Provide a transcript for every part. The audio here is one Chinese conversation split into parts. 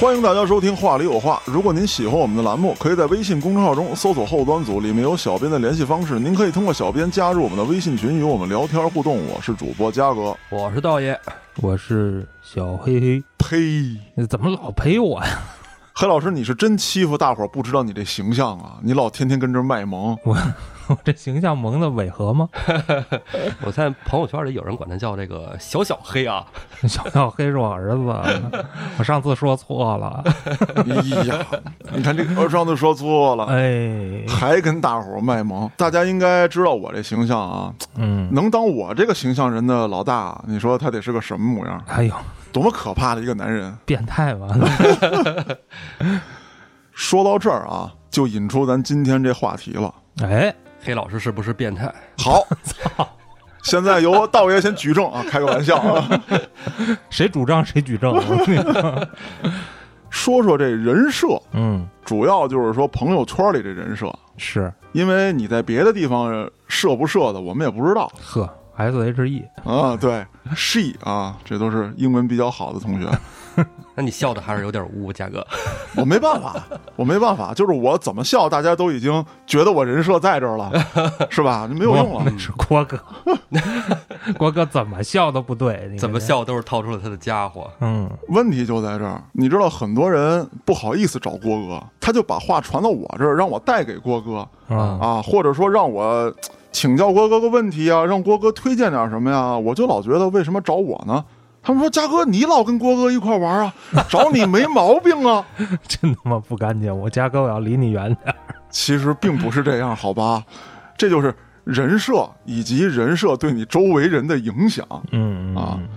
欢迎大家收听《话里有话》。如果您喜欢我们的栏目，可以在微信公众号中搜索“后端组”，里面有小编的联系方式。您可以通过小编加入我们的微信群，与我们聊天互动。我是主播嘉哥。我是道爷，我是小黑黑，呸！你怎么老陪我呀？ 黑老师，你是真欺负大伙儿不知道你这形象啊！你老天天跟这儿卖萌，我这形象萌的违和吗？ 我看朋友圈里有人管他叫这个小小黑啊，小小黑是我儿子， 我上次说错了，哎呀，你看这个上次说错了。哎，还跟大伙儿卖萌，大家应该知道我这形象啊，嗯，能当我这个形象人的老大，你说他得是个什么模样？哎呦，多么可怕的一个男人！变态吧？ 说到这儿啊，就引出咱今天这话题了。哎，黑老师是不是变态？好，现在由道爷先举证啊，开个玩笑啊，谁主张谁举证。 说说这人设，嗯，主要就是说朋友圈里这人设，是，因为你在别的地方设不设的，我们也不知道呵，S H E，啊。对，she 啊，这都是英文比较好的同学，那你笑的还是有点污，嘉哥。我没办法， 我没办法，就是我怎么笑，大家都已经觉得我人设在这儿了，是吧？没有用了。 那是郭哥，郭哥怎么笑都不对，你看怎么？笑都是掏出了他的家伙。嗯，问题就在这儿，你知道很多人不好意思找郭哥，他就把话传到我这儿，让我带给郭哥啊，啊，或者说让我嘖请教郭哥个问题啊，让郭哥推荐点什么呀？我就老觉得为什么找我呢？他们说：“嘉哥，你老跟郭哥一块玩啊，找你没毛病啊。 真他妈不干净！我嘉哥，我要离你远点儿。”其实并不是这样，好吧？这就是人设以及人设对你周围人的影响。嗯嗯啊嗯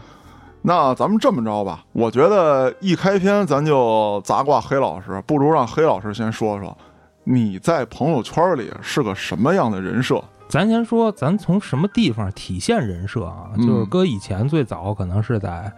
那咱们这么着吧，我觉得一开篇咱就砸挂黑老师，不如让黑老师先说说你在朋友圈里是个什么样的人设。咱先说，咱从什么地方体现人设啊？嗯就是搁以前最早可能是在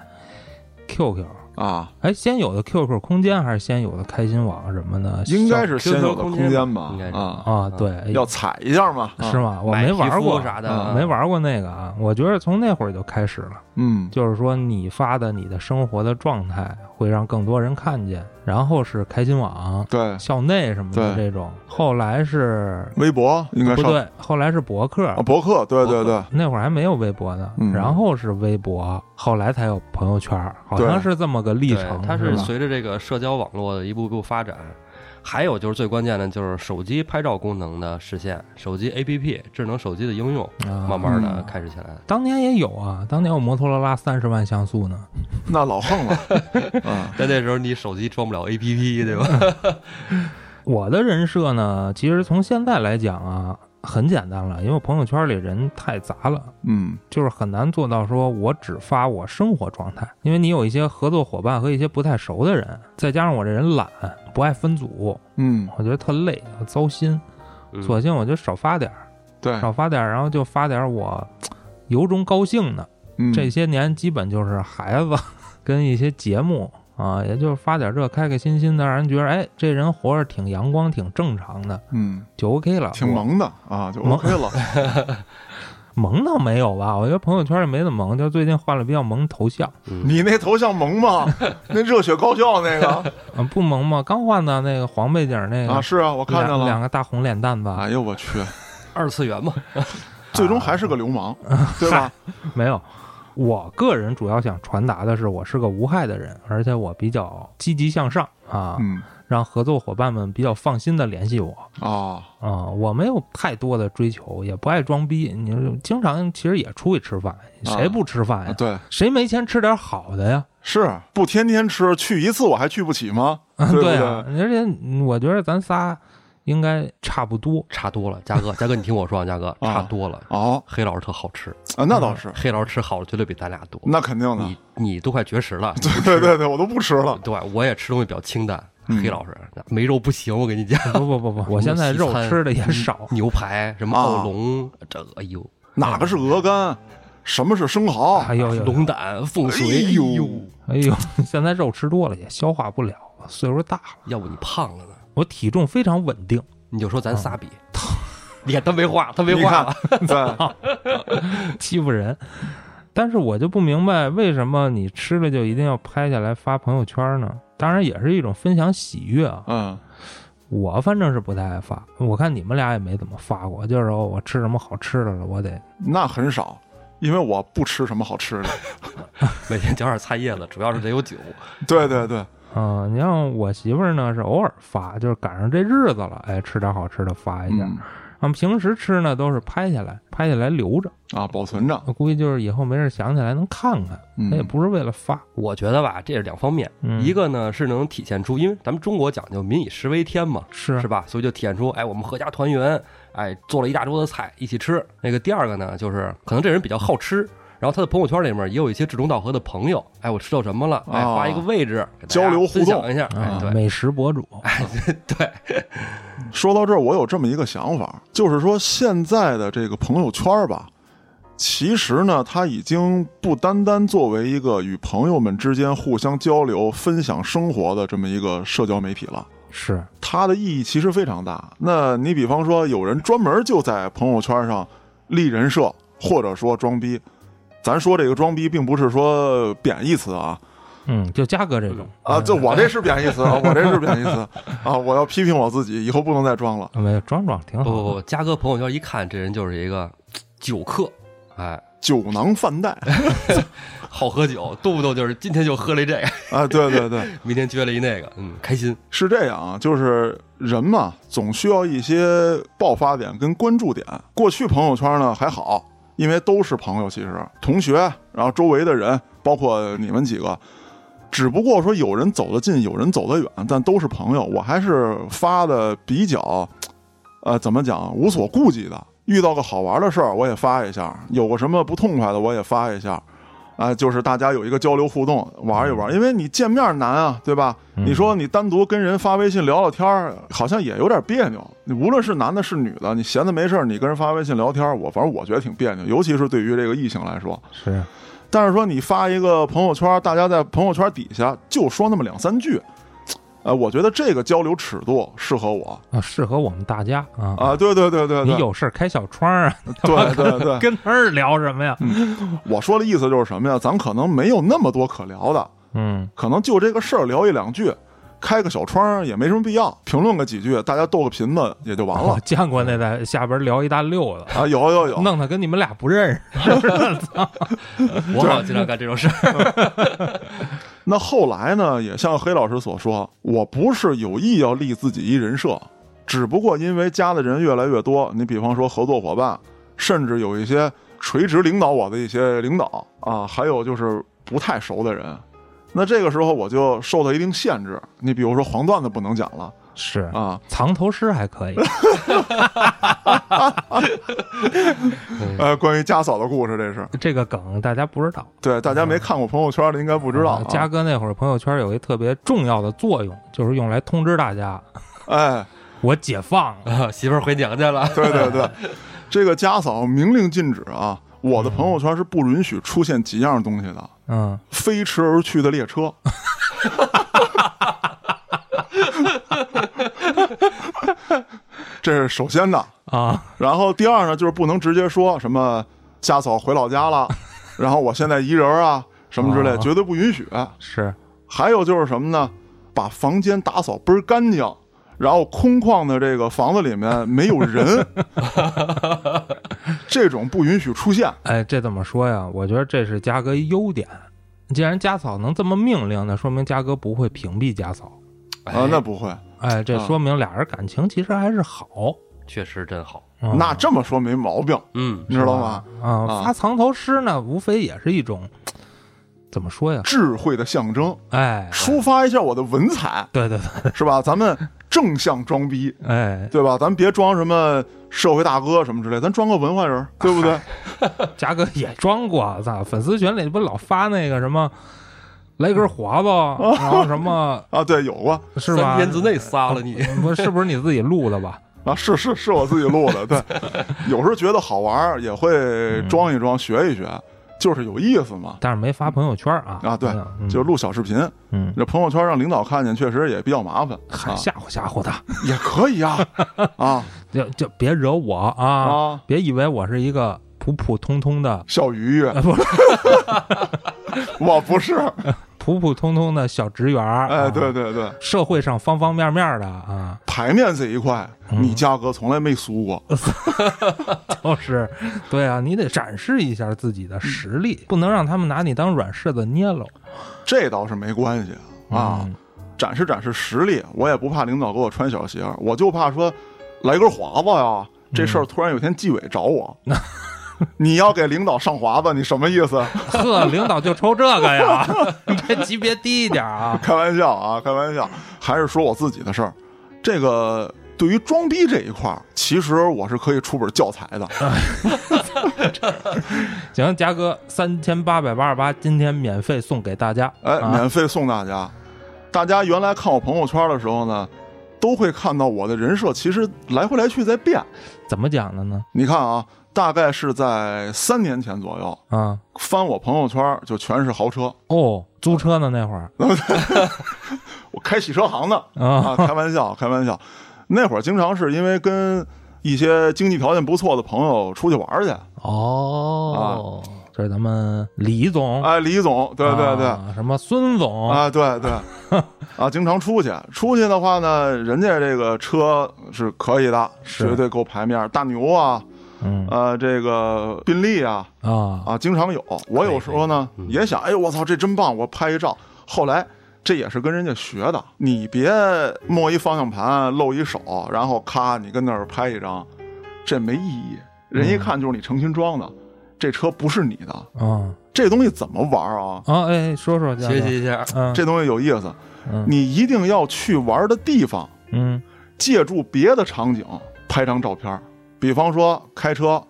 QQ，啊，哎，先有的 QQ 空间还是先有的开心网什么的，应该是是先有的空间吧应该？是啊，啊，嗯对，要踩一下嘛？啊是吗？我没玩买皮过嗯肤啥啊的，没。玩过那个啊。我觉得从那会儿就开始了，嗯就是说你发的你的生活的状态会让更多人看见，然后是开心网、对，校内什么的对这种，后来是微博应该不上对，后来是博客啊，博客，对对对，那会儿还没有微博呢，嗯然后是微博，后来才有朋友圈，好像是这么个历对程，，它是是吧随着这个社交网络的一步一步发展。还有就是最关键的，就是手机拍照功能的实现，手机 APP、智能手机的应用，啊慢慢的嗯开始起来。当年也有啊，当年我摩托罗拉三十万像素呢，那老横了啊，在那时候，你手机装不了 APP，对 吧？我的人设呢，其实从现在来讲啊，很简单了，因为朋友圈里人太杂了。嗯就是很难做到说我只发我生活状态，因为你有一些合作伙伴和一些不太熟的人，再加上我这人懒，不爱分组，嗯，我觉得特累，糟心，嗯索性我就少发点儿。对，少发点儿，然后就发点儿我由衷高兴的。嗯这些年基本就是孩子跟一些节目啊，也就是发点儿这开开心心的，让人觉得哎，这人活着挺阳光、挺正常的，嗯就 OK 了。挺我萌的啊，就萌 OK 了。萌倒没有吧？我觉得朋友圈里没怎么萌，就最近换了比较萌头像。嗯，你那头像萌吗？那热血高校那个嗯、不萌吗？刚换的那个黄背景儿那个，啊，是啊，我看见两两了。个大红脸蛋子，哎呦我去！二次元嘛，最终还是个流氓，对吧？没有。我个人主要想传达的是，我是个无害的人，而且我比较积极向上啊。嗯让合作伙伴们比较放心的联系我啊，啊、我没有太多的追求，也不爱装逼。你说经常其实也出去吃饭，谁不吃哎饭呀？对，谁没钱吃点好的呀？是不天天吃，去一次我还去不起吗？对不啊，而且嗯我觉得咱仨应该差不多。差多了。嘉哥，嘉哥，你听我说啊，嘉哥，啊差多了。哦，黑老师特好吃，啊，那倒是，黑老师吃好的绝对比咱俩多。那肯定的嗯你。嗯你都快绝食了，嗯 对对对对，我都不吃了。对我也吃东西比较清淡。嗯黑老师那没肉不行，我跟 你讲，不不不不，我现在肉吃的也少，牛排什么啊奥龙，这哎呦，哪个是鹅肝？什么是生蚝？哎呦呦，龙胆凤哎髓，哎呦呦，哎呦，现在肉吃多了也消化不了，岁数大了，要不你胖了呢？我体重非常稳定。你就说咱仨比， 你看他没话，他没嗯 你话看了。，对，欺负人。但是我就不明白，为什么你吃了就一定要拍下来发朋友圈呢？当然也是一种分享喜悦啊。嗯我反正是不太爱发，我看你们俩也没怎么发过，就是说我吃什么好吃的了，我得那很少，因为我不吃什么好吃的。每天嚼点菜叶子，主要是得有酒。对对对，嗯、你像我媳妇儿呢是偶尔发，就是赶上这日子了，哎，吃点好吃的发一下。嗯那、么平时吃呢都是拍下来，拍下来留着，啊，保存着，我估计就是以后没事想起来能看看，嗯那、也不是为了发。我觉得吧，这是两方面，嗯、一个呢是能体现出，因为咱们中国讲究民以食为天嘛，是是吧？所以就体现出，哎，我们合家团圆，哎，做了一大桌子菜一起吃。那个第二个呢，就是可能这人比较好吃，然后他的朋友圈里面也有一些志同道合的朋友，哎，我吃到什么了，哎，啊发一个位置给大交家流互分享动一下，哎 啊，，对美食博主，哎说到这儿，我有这么一个想法，就是说现在的这个朋友圈儿吧，其实呢，它已经不单单作为一个与朋友们之间互相交流、分享生活的这么一个社交媒体了。是它的意义其实非常大。那你比方说，有人专门就在朋友圈上立人设，或者说装逼。咱说这个装逼，并不是说贬义词啊，嗯，就嘉哥这种啊，这我这是贬义词啊，我这是贬义词啊，我要批评我自己，以后不能再装了。啊没有装装挺好不的。不不，嘉哥朋友圈一看，这人就是一个酒客，哎，酒囊饭袋好喝酒，动不动就是今天就喝了一这 个，啊，对对对，明天撅了一那个，嗯，开心。是这样啊，就是人嘛，总需要一些爆发点跟关注点。过去朋友圈呢还好，因为都是朋友，其实同学，然后周围的人，包括你们几个，只不过说有人走得近，有人走得远，但都是朋友。我还是发的比较，呃，怎么讲，无所顾忌的。遇到个好玩的事儿，我也发一下；有个什么不痛快的，我也发一下。啊、就是大家有一个交流互动，玩一玩，因为你见面难啊，对吧？嗯你说你单独跟人发微信聊聊天儿，好像也有点别扭。你无论是男的是女的，你闲的没事儿，你跟人发微信聊天儿，我反正我觉得挺别扭，尤其是对于这个异性来说。是但是说你发一个朋友圈，大家在朋友圈底下就说那么两三句，呃，我觉得这个交流尺度适合我啊，适合我们大家啊。啊、对对对对对，你有事儿开小窗啊， 对对对， 跟那儿聊什么呀？嗯我说的意思就是什么呀？咱可能没有那么多可聊的，嗯，可能就这个事儿聊一两句，开个小窗也没什么必要，评论个几句，大家斗个贫子也就完了我见过那在下边聊一大溜的，啊！有有有，弄得跟你们俩不认识 似的。 我好像经常干这种事儿，那后来呢，也像黑老师所说，我不是有意要立自己一人设，只不过因为加的人越来越多，你比方说合作伙伴，甚至有一些垂直领导我的一些领导啊，还有就是不太熟的人，那这个时候我就受到一定限制。你比如说黄段子不能讲了是啊，藏头诗还可以，呃，关于家嫂的故事这是这个梗大家不知道，对大家没看过朋友圈的应该 不知道、啊啊。嘉哥那会儿朋友圈有一特别重要的作用，就是用来通知大家哎，我解放了。啊媳妇儿 回娘家了，对对对，这个家嫂明令禁止啊，我的朋友圈是不允许出现几样东西的。嗯，飞驰而去的列车。这是首先的，啊，然后第二呢，就是不能直接说什么家嫂回老家了，然后我现在一人啊什么之类，哦绝对不允许。是还有就是什么呢？把房间打扫倍儿干净，然后空旷的这个房子里面没有人，这种不允许出现。啊哎，这怎么说呀？我觉得这是嘉哥一优点。既然家嫂能这么命令，那说明嘉哥不会屏蔽家嫂。啊、那不会，哎，这啊说明俩人感情其实还是好。确实真好。嗯那这么说没毛病，嗯，你知道吗？啊，啊发藏头诗呢，无非也是一种怎么说呀？智慧的象征，哎，抒发一下我的文采，对对对，是吧？咱们正向装逼，哎，对吧？咱别装什么社会大哥什么之类，咱装个文化人，对不对？嘉哥也装过，操，粉丝群里不老发那个什么来根华子， 然后什么啊，对，有过是三吧？啊嗯天之内杀了你。不是不是你自己录的吧？啊，是是是我自己录的，对。有时候觉得好玩儿，也会装一装，学一学，就是有意思嘛。但是没发朋友圈啊啊对嗯就录小视频，嗯，这朋友圈让领导看见，确实也比较麻烦，嗨，啊吓唬吓唬他，也可以啊，啊就就别惹我啊！啊，别以为我是一个普普通通的， 小愉悦，呃，不是我不是，普普通通的小职员儿，哎，啊对，对对，社会上方方面面的 啊，台面这一块，嗯呃你嘉哥从来没输过。就是，对啊，你得展示一下自己嗯的实力，不能让他们拿你当软柿子捏喽这倒是没关系啊，嗯展示展示实力，我也不怕领导给我穿小鞋，我就怕说来根华子呀，嗯这事儿突然有天纪委找 我，你要给领导上华子，你什么意思？ 呵，领导就抽这个呀，你这级别低一点啊。开玩笑啊，开玩笑，还是说我自己的事儿。这个对于装逼这一块儿，其实我是可以出本教材的。行，嘉哥，三千八百八十八，今天免费送给大家。哎，啊、免费送大家。大家原来看我朋友圈的时候呢，都会看到我的人设其实来回来去在变。怎么讲的呢？你看啊，大概是在三年前左右，啊，翻我朋友圈就全是豪车，哦，租车呢那会儿我开洗车行的啊啊，开玩 笑，开玩笑。那会儿经常是因为跟一些经济条件不错的朋友出去玩去，啊哦，这是咱们李总，哎，李总，啊对对对，啊什么孙哦总，啊，对对， 啊，经常出去，出去的话呢，人家这个车是可以的，是绝对够牌面儿，大牛啊，嗯呃，这个宾利啊，啊，啊，经常有。我有时候呢可以嗯也想，哎，我操，这真棒，我拍一照。后来这也是跟人家学的，你别摸一方向盘露一手，然后咔，你跟那儿拍一张，这没意义。人嗯一看就是你成心装的，这车不是你的，啊这东西怎么玩啊？啊，哎，说说嘉哥学，习一下，嗯，这东西有意思，嗯你一定要去玩的地方，嗯借助别的场景拍张照片儿。比方说开车，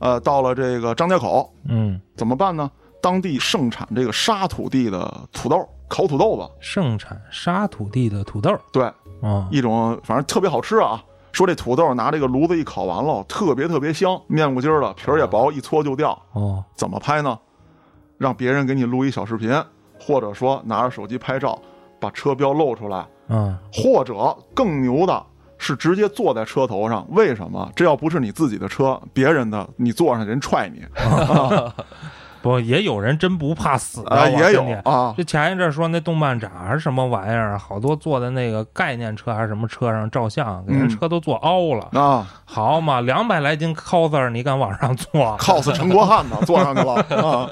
呃，到了这个张家口，嗯，怎么办呢？当地盛产这个沙土地的土豆，烤土豆子，盛产沙土地的土豆对，啊，一种反正特别好吃啊。说这土豆拿这个炉子一烤完了，特别特别香，面糊筋儿的，皮儿也薄，一搓就掉。哦，怎么拍呢？让别人给你录一小视频，或者说拿着手机拍照，把车标露出来，嗯或者更牛的是直接坐在车头上。为什么？这要不是你自己的车，别人的你坐上人踹你，不，也有人真不怕死的，啊，我也有跟你啊，就前一阵说那动漫展还是什么玩意儿，好多坐在那个概念车还是什么车上照相，给人嗯车都坐凹了。啊。好嘛，两百来斤 coser 你敢往上坐？ cos 陈国汉呢，坐上去了啊。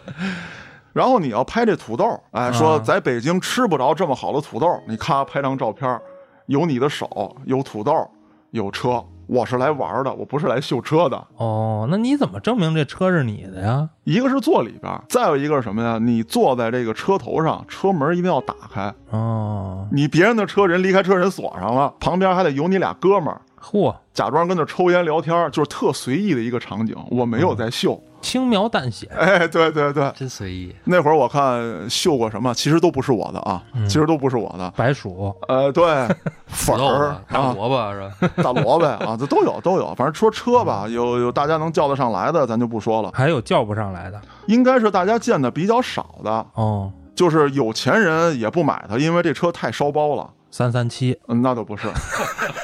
然后你要拍这土豆，哎，说啊在北京吃不着这么好的土豆，你咔拍张照片儿，有你的手，有土豆，有车。我是来玩儿的，我不是来秀车的。哦，那你怎么证明这车是你的呀？一个是坐里边儿，再有一个是什么呀？你坐在这个车头上，车门一定要打开。哦，你别人的车人离开车人锁上了，旁边还得有你俩哥们儿，嚯，假装跟那儿抽烟聊天儿，就是特随意的一个场景。我没有在秀，轻描淡写。哎，对对对，真随意。那会儿我看秀过什么，其实都不是我的啊，其实都不是我的。白鼠，呃，对，粉肉儿啊，大啊，萝 卜是吧？大萝卜啊，这都有都有。反正说车吧，有有大家能叫得上来的，咱就不说了。还有叫不上来的应该是大家见的比较少的，哦，就是有钱人也不买它，因为这车太烧包了。三三七，嗯，那倒不是，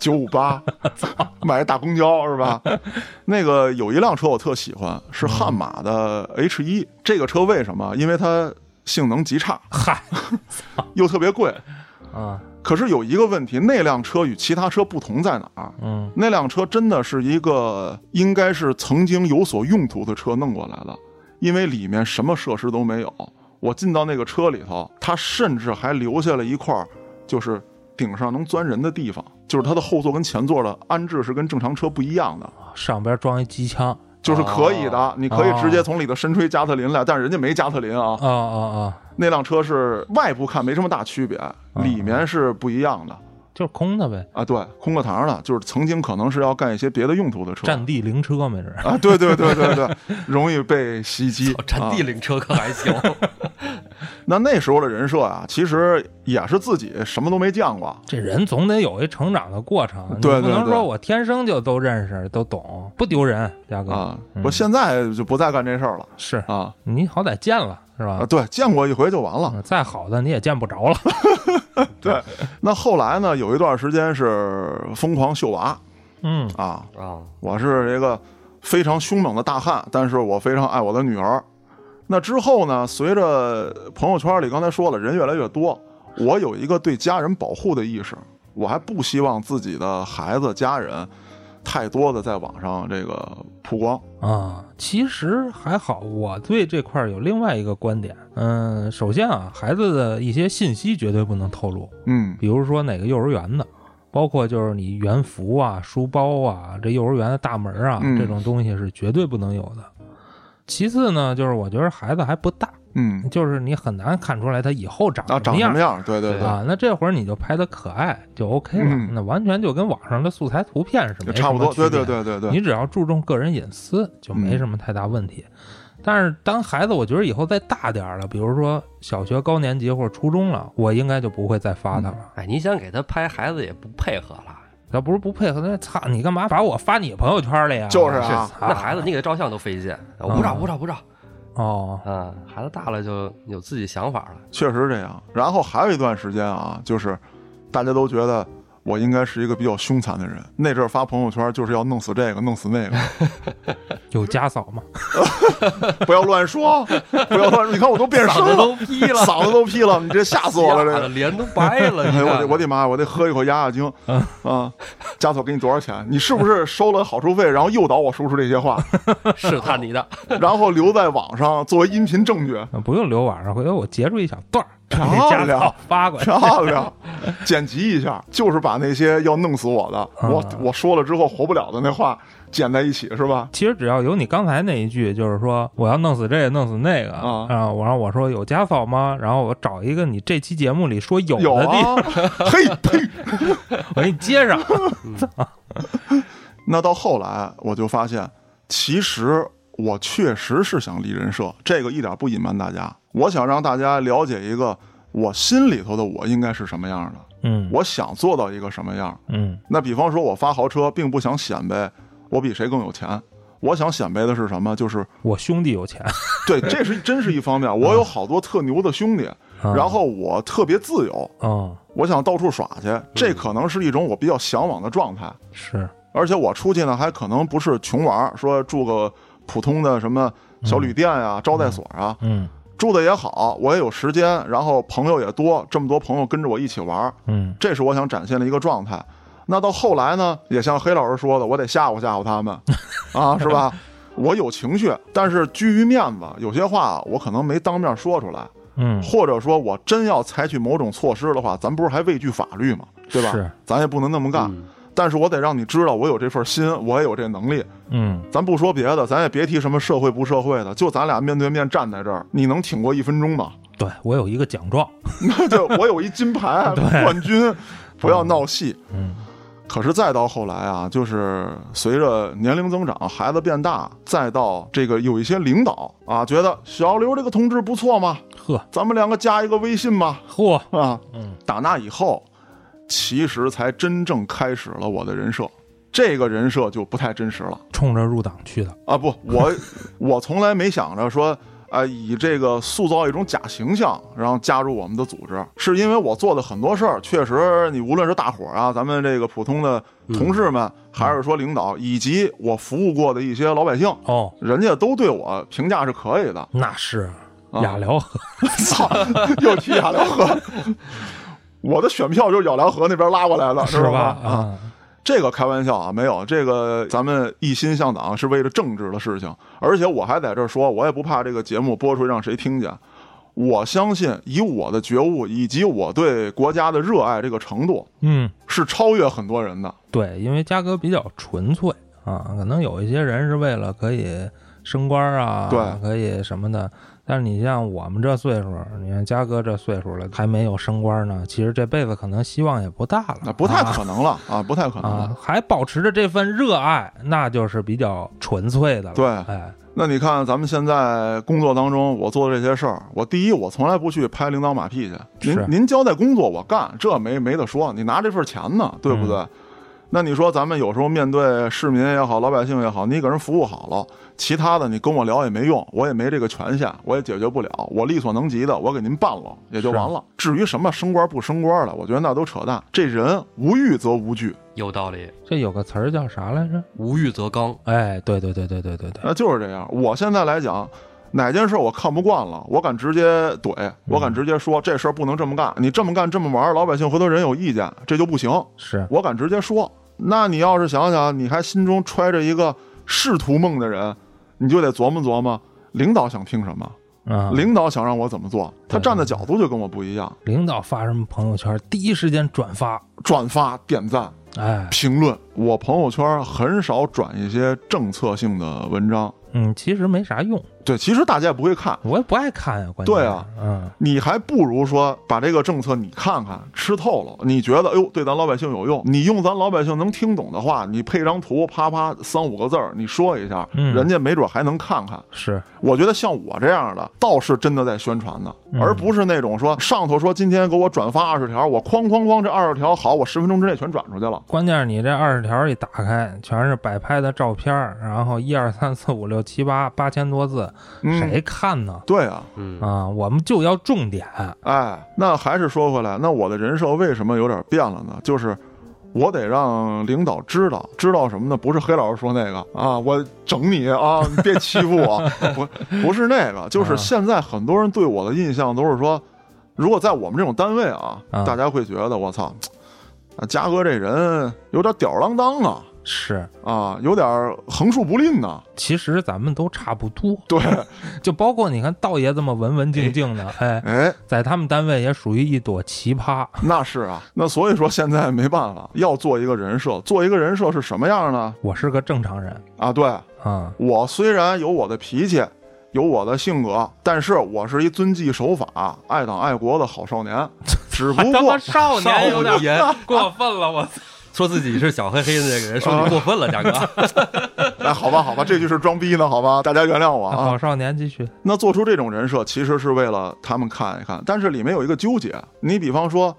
九五八，买大公交是吧？那个有一辆车我特喜欢，是悍马的 H 一。这个车为什么？因为它性能极差，嗨，又特别贵。啊，可是有一个问题，那辆车与其他车不同在哪儿？嗯，那辆车真的是一个应该是曾经有所用途的车弄过来的，因为里面什么设施都没有。我进到那个车里头，它甚至还留下了一块儿就是顶上能钻人的地方，就是它的后座跟前座的安置是跟正常车不一样的，上边装一机枪，就是可以的，哦你可以哦直接从里头伸出一加特林来，但是人家没加特林啊啊。啊啊，那辆车是外部看没什么大区别，里面是不一样的。就是空的呗，啊，对，空课堂的，就是曾经可能是要干一些别的用途的车战地灵车没准儿。 啊，对对对对对，容易被袭击哦。占地啊、领车可还行，那那时候的人设啊，其实也是自己什么都没见过，这人总得有一成长的过程，你对对不能对说我天生就都认识、都懂，不丢人，嘉哥、啊，嗯我现在就不再干这事儿了是啊你好歹见了是啊，吧？对，见过一回就完了。嗯再好的你也见不着 了。那后来呢，有一段时间是疯狂秀娃嗯啊， 啊，我是一个非常凶猛的大汉，但是我非常爱我的女儿。那之后呢，随着朋友圈里刚才说了人越来越多，我有一个对家人保护的意识，我还不希望自己的孩子、家人太多的在网上这个曝光。啊，其实还好，我对这块儿有另外一个观点。嗯，首先啊，孩子的一些信息绝对不能透露，嗯比如说哪个幼儿园的，包括就是你园服啊、书包啊、这幼儿园的大门啊，嗯这种东西是绝对不能有的。其次呢，就是我觉得孩子还不大，嗯，就是你很难看出来他以后长啊，什长么什样么样？对对对对，啊。那这会儿你就拍的可爱就 OK 了，嗯那完全就跟网上的素材图片是就没差不什么多。对区别对的对对嗯对，你只要注重个人隐私，就没什么太大问题。但是当孩子，我觉得以后再大点儿了，比如说小学高年级或者初中了，我应该就不会再发他了。哎，你想给他拍，孩子也不配合了。啊他不是不配合，他操你干嘛把我发你朋友圈里啊？就是啊操那孩子，你给他照相都费劲，我不照，不照，不照。哦，嗯，孩子大了就有自己想法了。确实这样。然后还有一段时间啊，就是大家都觉得。我应该是一个比较凶残的人。那阵儿发朋友圈就是要弄死这个，弄死那个，有家嫂嘛？ 不要乱说，啊不要乱说。你看我都变声嗓子了，都劈了，嗓子都劈了，你这吓死我了！这吓个得，脸都白了。你哎，看我得我得妈呀，我得喝一口压压惊嗯啊！家嫂给你多少钱？你是不是收了好处费，然后诱导我说出这些话，试探你的，然后留在网上作为音频证据？呃不用留网上，回头我截出一小段儿，漂给家嫂亮发过去。漂亮，剪辑一下，就是把那些要弄死我嗯的，我我说了之后活不了的那话剪在一起，是吧？其实只要有你刚才那一句，就是说我要弄死这个，弄死那个啊然后我让我说有家嫂吗？然后我找一个你这期节目里说有有的地方，啊，嘿呸！我给你接上。那到后来我就发现，其实我确实是想立人设，这个一点不隐瞒大家。我想让大家了解一个我心里头的我应该是什么样的。嗯我想做到一个什么样儿？嗯那比方说，我发豪车，并不想显摆我比谁更有钱，我想显摆的是什么？就是，我兄弟有钱，对，这是真是一方面。我有好多特牛的兄弟，啊然后我特别自由，嗯我想到处耍去，这可能是一种我比较向往的状态。是而且我出去呢，还可能不是穷玩儿，说住个普通的什么小旅店呀、招待所啊，嗯住的也好，我也有时间，然后朋友也多，这么多朋友跟着我一起玩儿，嗯这是我想展现的一个状态。那到后来呢，也像黑老师说的，我得吓唬吓唬他 们，啊，是吧？我有情绪，但是居于面子，有些话我可能没当面说出来，嗯或者说我真要采取某种措施的话，咱不是还畏惧法律吗？对吧？是咱也不 能那么干。嗯但是我得让你知道，我有这份心，我也有这能力。嗯咱不说别的，咱也别提什么社会不社会的，就咱俩面对面站在这儿，你能挺过一分钟吗？ 对我有一个奖状，就我有一金牌啊 对冠军，不要闹戏。嗯可是再到后来啊，就是随着年龄增长，孩子变大，再到这个有一些领导啊，觉得小刘这个同志不错嘛，呵咱们两个加一个微信吧，嚯啊，嗯，打那以后，其实才真正开始了我的人设，这个人设就不太真实了冲着入党去的，啊，不，我我从来没想着说。啊，以这个塑造一种假形象，然后加入我们的组织，是因为我做的很多事儿，确实，你无论是大伙儿啊，咱们这个普通的同事们，还是说领导，以及我服务过的一些老百姓，哦人家都对我评价是可以的。那是啊雅辽河，操，又提雅辽河，我的选票就是雅辽河那边拉过来的， 是知道吧？吗啊，啊这个开玩笑啊，没有这个，咱们一心向党是为了政治的事情，而且我还在这儿说，我也不怕这个节目播出去让谁听见。我相信以我的觉悟以及我对国家的热爱这个程度，嗯是超越很多人的。对，因为嘉哥比较纯粹啊，可能有一些人是为了可以升官啊，对可以什么的。但是你像我们这岁数，你看嘉哥这岁数了，还没有升官呢，其实这辈子可能希望也不大了，那不太啊可能了啊，不太可能了。啊，还保持着这份热爱，那就是比较纯粹的了。对哎，那你看咱们现在工作当中，我做的这些事儿，我第一，我从来不去拍领导马屁去。您是您交代工作我干，这没没得说，你拿这份钱呢，对不对？那你说咱们有时候面对市民也好，老百姓也好，你给人服务好了，其他的你跟我聊也没用，我也没这个权限，我也解决不了。我力所能及的，我给您办了也就完了。至于什么升官不升官的，我觉得那都扯淡。这人无欲则无惧，有道理。这有个词儿叫啥来着？无欲则刚，呃哎，对对对对对对对，那就是这样。我现在来讲，哪件事我看不惯了，我敢直接怼，我敢直接说这事儿不能这么干，你这么干这么玩，老百姓回头人有意见，这就不行。是我敢直接说。那你要是想想，你还心中揣着一个仕途梦的人，你就得琢磨琢磨，领导想听什么，啊，领导想让我怎么做，他对站的角度就跟我不一样。领导发什么朋友圈，第一时间转发，转发、点赞、哎，评论，我朋友圈很少转一些政策性的文章。嗯，其实没啥用，对，其实大家也不会看，我也不爱看呀，关键对啊，嗯，你还不如说把这个政策你看看吃透了，你觉得哎呦对咱老百姓有用，你用咱老百姓能听懂的话，你配张图，啪啪三五个字儿，你说一下，嗯人家没准还能看看。是，我觉得像我这样的倒是真的在宣传呢，嗯而不是那种说上头说今天给我转发二十条，我哐哐哐这二十条好，我十分钟之内全转出去了。关键是你这二十条一打开，全是摆拍的照片儿，然后一二三四五六七八八千多字，嗯谁看呢？对啊，嗯啊，我们就要重点，哎，那还是说回来，那我的人设为什么有点变了呢？就是我得让领导知道，知道什么呢？不是黑老师说那个啊，我整你啊，你别欺负我，不不是那个，就是啊现在很多人对我的印象都是说，如果在我们这种单位啊，啊大家会觉得我操，啊，嘉哥这人有点吊儿郎当啊。是，啊，有点横竖不吝呐、其实咱们都差不多，对， 就包括你看道爷这么文文静静的，哎，哎，在他们单位也属于一朵奇葩，那是啊，那所以说现在没办法，要做一个人设，做一个人设是什么样呢？我是个正常人啊，对啊，我虽然有我的脾气，有我的性格，但是我是一遵纪守法、爱党爱国的好少 年。只不他过妈，少年有点年过分了，我操！说自己是小黑黑的那个人，啊说你过分了，大哥。哎，好吧，好吧，这句是装逼呢，好吧，大家原谅我啊啊好。少年继续，那做出这种人设，其实是为了他们看一看，但是里面有一个纠结。你比方说，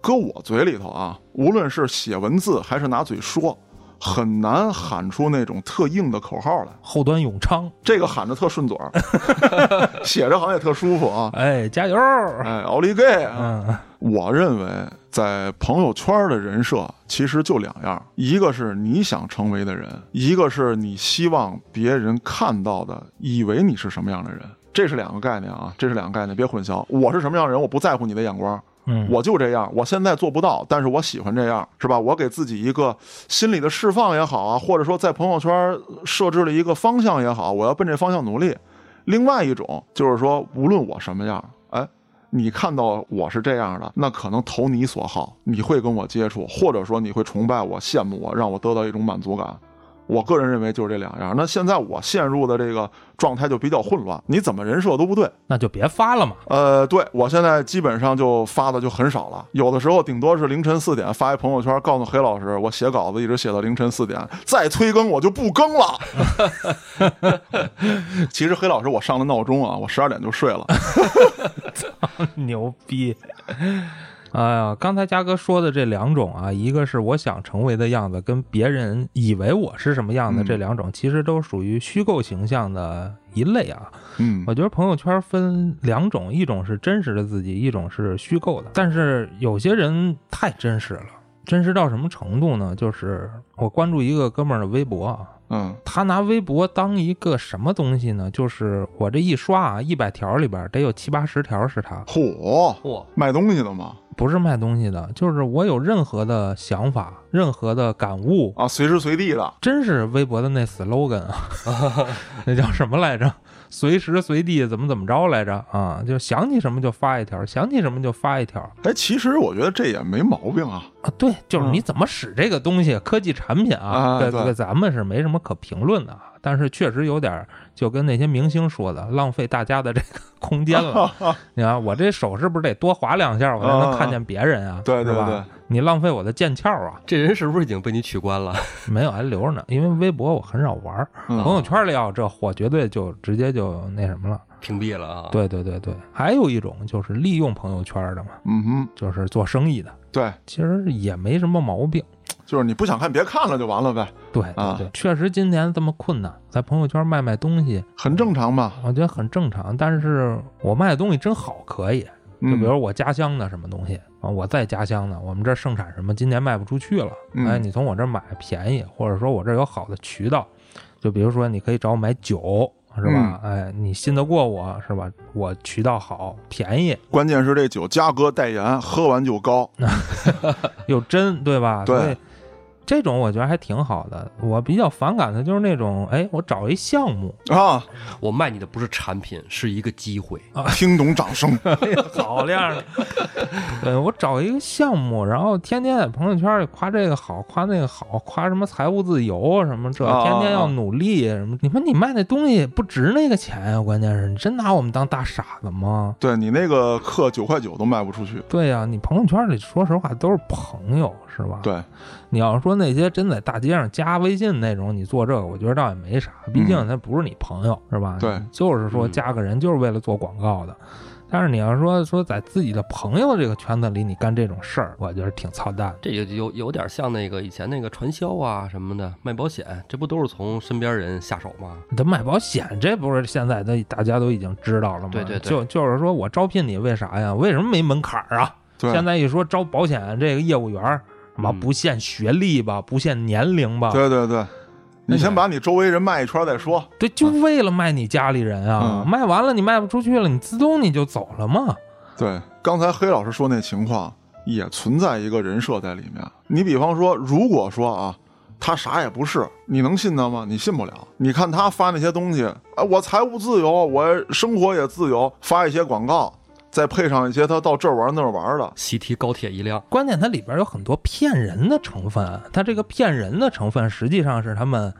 搁我嘴里头啊，无论是写文字还是拿嘴说，很难喊出那种特硬的口号来。后端永昌，这个喊着特顺嘴儿，写着好像也特舒服啊。哎，加油！哎，奥利给啊！嗯，我认为，在朋友圈的人设其实就两样，一个是你想成为的人，一个是你希望别人看到的，以为你是什么样的人，这是两个概念啊，这是两个概念，别混淆。我是什么样的人，我不在乎你的眼光，嗯我就这样，我现在做不到，但是我喜欢这样，是吧？我给自己一个心理的释放也好啊，或者说在朋友圈设置了一个方向也好，我要奔这方向努力。另外一种就是说，无论我什么样，哎，你看到我是这样的，那可能投你所好，你会跟我接触，或者说你会崇拜我、羡慕我，让我得到一种满足感。我个人认为就是这两样。那现在我陷入的这个状态就比较混乱，你怎么人设都不对。那就别发了嘛。呃，对我现在基本上就发的就很少了，有的时候顶多是凌晨四点发一朋友圈，告诉黑老师我写稿子一直写到凌晨四点，再催更我就不更了。 其实黑老师我上了闹钟啊，我十二点就睡了。 牛逼！哎呀，刚才嘉哥说的这两种啊，一个是我想成为的样子，跟别人以为我是什么样子，嗯这两种其实都属于虚构形象的一类啊。嗯我觉得朋友圈分两种，一种是真实的自己，一种是虚构的。但是有些人太真实了，真实到什么程度呢？就是我关注一个哥们儿的微博啊，嗯他拿微博当一个什么东西呢？就是我这一刷啊，一百条里边儿得有七八十条是他，嚯，嚯，卖东西的嘛不是卖东西的，就是我有任何的想法、任何的感悟，啊，随时随地的真是微博的那 slogan 啊，那叫什么来着？随时随地怎么怎么着来着啊？就想起什么就发一条，想起什么就发一条哎，其实我觉得这也没毛病啊。啊。对，就是嗯你怎么使这个东西，科技产品啊，啊对对对，咱们是没什么可评论的啊，但是确实有点儿就跟那些明星说的，浪费大家的这个 空间了。 你看我这手是不是得多划两下，我才啊啊能看见别人啊？对对是吧对，你浪费我的剑鞘啊！这人是不是已经被你取关了？没有，还留着呢，因为微博我很少玩儿，嗯朋友圈里要有这火，绝对就直接就那什么了。屏蔽了啊？，对对对对，还有一种就是利用朋友圈的嘛，嗯哼，就是做生意的，对，其实也没什么毛病。就是你不想看别看了就完了呗，对啊对对，确实今年这么困难，在朋友圈卖卖东西，很正常嘛。我觉得很正常。但是我卖的东西真好，可以，就嗯比如我家乡的什么东西啊，我在家乡呢，我们这儿盛产什么，今年卖不出去了，嗯哎，你从我这儿买便宜，或者说我这儿有好的渠道，就比如说你可以找我买酒，是嗯吧？哎，你信得过我是吧？我渠道好，便宜关键是这酒嘉哥代言，喝完就高。又真，对吧？对所以这种我觉得还挺好的。我比较反感的就是那种，哎，我找一项目，啊！我卖你的不是产品，是一个机会。听懂掌声，好样的！ 对我找一个项目，然后天天在朋友圈里夸这个好，夸那个好，夸什么财务自由什么这，啊天天要努力什么。你说你卖那东西不值那个钱呀？关键是你真拿我们当大傻子吗？ 对你那个课九块九都卖不出去。对呀、你朋友圈里说实话都是朋友是吧？，对，你要说那些真在大街上加微信那种，你做这个，我觉得倒也没啥，毕竟他不是你朋友，是吧？嗯对，就是说嗯加个人就是为了做广告的。但是你要说说在自己的朋友这个圈子里，你干这种事儿，我觉得挺操蛋的。这有有有点像那个以前那个传销啊什么的，卖保险，这不都是从身边人下手吗？你他买保险，这不是现在都大家都已经知道了吗？对对对就就是说我招聘你为啥呀？为什么没门槛儿啊？对，现在一说招保险这个业务员儿，什么嗯不限学历吧，不限年龄吧，对对对，你先把你周围人卖一圈再说。对，就为了卖你家里人啊，嗯卖完了你卖不出去了，你自动你就走了嘛。对，刚才黑老师说那情况也存在一个人设在里面。你比方说，如果说啊，他啥也不是，你能信他吗？你信不了。你看他发那些东西，啊，我财务自由，我生活也自由，发一些广告，再配上一些他到这儿玩那儿玩的，习题高铁一辆，关键它里边有很多骗人的成分，它这个骗人的成分实际上是他们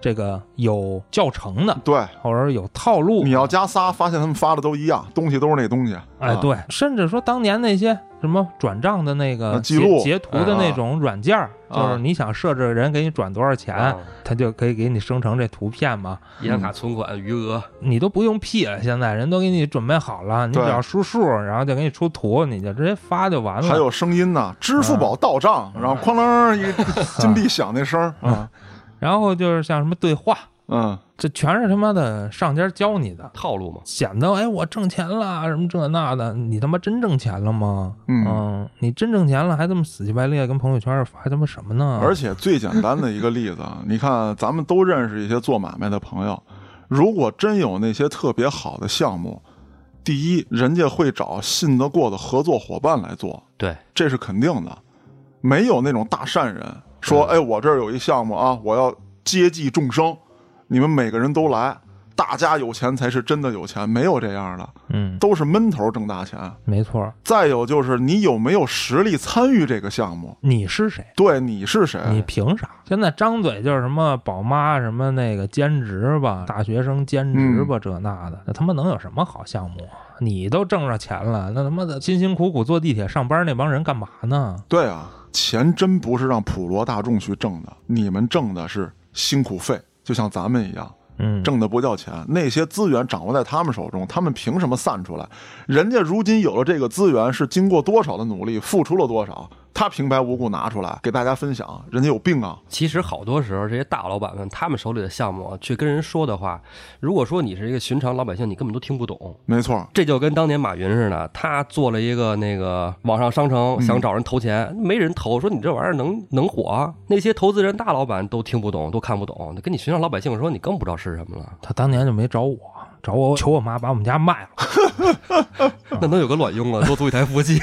这个有教程的，对。或者有套路你。要加仨，发现他们发的都一样，东西都是那东西。哎，啊，对，甚至说当年那些什么转账的那个啊记截录截图的那种软件儿，哎啊就是你想设置人给你转多少钱啊，它就可以给你生成这图片嘛。银行卡存款余额，你都不用 P 了，现在人都给你准备好了，你只对要输数，然后就给你出图，你就直接发就完了。还有声音呢，支付宝到账，然后哐啷一个金币响那声儿啊，然后就是像什么对话，嗯，这全是他妈的上家教你的，套路嘛。显得哎我挣钱了什么这那的，你他妈真挣钱了吗？嗯你真挣钱了还这么死乞白赖跟朋友圈发他妈什么呢？而且最简单的一个例子，啊，你看咱们都认识一些做买卖的朋友，如果真有那些特别好的项目，第一，人家会找信得过的合作伙伴来做，对，这是肯定的。没有那种大善人说，哎，我这儿有一项目啊，我要接济众生，你们每个人都来，大家有钱才是真的有钱，没有这样的，嗯，都是闷头挣大钱。没错，再有就是你有没有实力参与这个项目，你是谁？对你是谁？你凭啥？现在张嘴就是什么宝妈，什么那个兼职吧，大学生兼职吧，这那的，那他妈能有什么好项目啊？你都挣着钱了，那他妈的辛辛苦苦坐地铁上班那帮人干嘛呢？对啊，钱真不是让普罗大众去挣的，你们挣的是辛苦费，就像咱们一样，嗯，挣的不叫钱。那些资源掌握在他们手中，他们凭什么散出来？人家如今有了这个资源，是经过多少的努力，付出了多少，他平白无故拿出来给大家分享，人家有病啊！其实好多时候，这些大老板们他们手里的项目啊去跟人说的话，如果说你是一个寻常老百姓，你根本都听不懂。没错儿，这就跟当年马云似的，他做了一个那个网上商城，想找人投钱，没人投，说你这玩意儿能能火啊？那些投资人大老板都听不懂，都看不懂，跟你寻常老百姓说，你更不知道是什么了，他当年就没找我，找我求我妈把我们家卖了。那能有个卵用啊？多租一台服务器，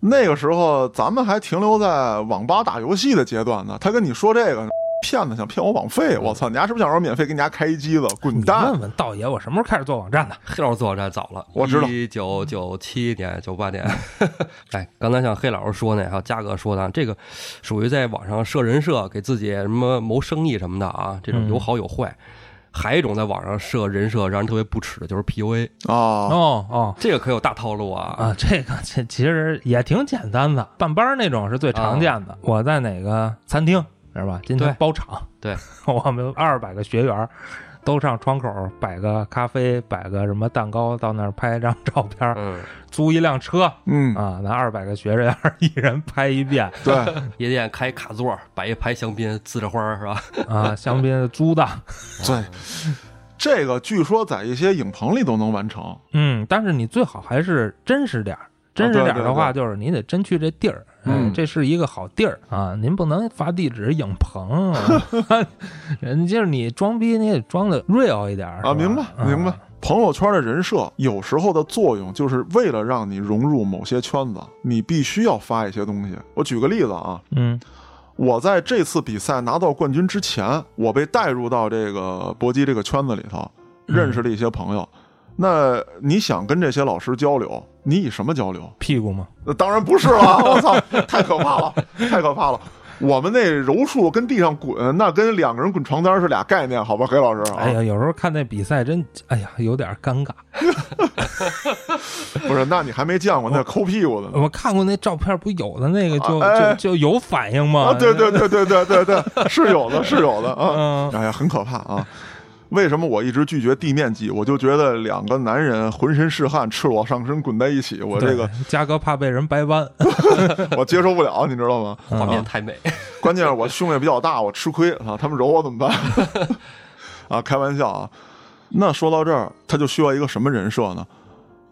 那个时候咱们还停留在网吧打游戏的阶段呢。他跟你说这个，骗子想骗我网费，我操，你家是不是想让我免费给你家开一机子？滚 你蛋！啊问问道爷，我什么时候开始做网站的？黑老师做网站早了，我知道一九九七年、九八年。 哎，刚才像黑老师说那，还有嘉哥说的，这个属于在网上设人设，给自己什么谋生意什么的啊，这种有好有坏。还有一种在网上设人设让人特别不耻的，就是 PUA，啊，哦哦这个可有大套路啊！啊，这个这其实也挺简单的，办班儿那种是最常见的。我在哪个餐厅是吧？今天哦对包场，对 我们二百个学员儿都上窗口儿摆个咖啡，摆个什么蛋糕，到那儿拍一张照片儿，嗯，租一辆车嗯，啊，咱二百个学员儿 一人拍一遍对。 夜店开卡座，摆一排香槟，呲着花儿是吧？啊，香槟租的，对，这个据说在一些影棚里都能完成。嗯，但是你最好还是真实点儿。真实点儿的啊话，就是你得真去这地儿，哎嗯这是一个好地儿啊，您不能发地址硬捧啊， 人就是你装逼，你也装的 real 一点儿啊，明白嗯明白。。朋友圈的人设有时候的作用，就是为了让你融入某些圈子，你必须要发一些东西。我举个例子啊，嗯我在这次比赛拿到冠军之前，我被带入到这个搏击这个圈子里头，嗯认识了一些朋友。那你想跟这些老师交流，你以什么交流？屁股嘛，那当然不是 了，我操，太可怕了，太可怕了。我们那柔术跟地上滚，那跟两个人滚床单是俩概念，好吧，黑老师啊。哎呀，有时候看那比赛真，哎呀，有点尴尬。不是，那你还没见过那抠屁股的 呢。我看过那照片，不有的那个就、啊哎就就有反应吗？啊，对对对对对对对，是有的，是有的啊。嗯，哎呀，很可怕啊！为什么我一直拒绝地面技？我就觉得两个男人浑身是汗、赤裸上身滚在一起，我这 个对嘉哥怕被人掰弯，我接受不了，你知道吗？画面嗯太美，关键是我胸也比较大，我吃亏啊，他们揉我怎么办？啊，开玩笑啊。那说到这儿，他就需要一个什么人设呢？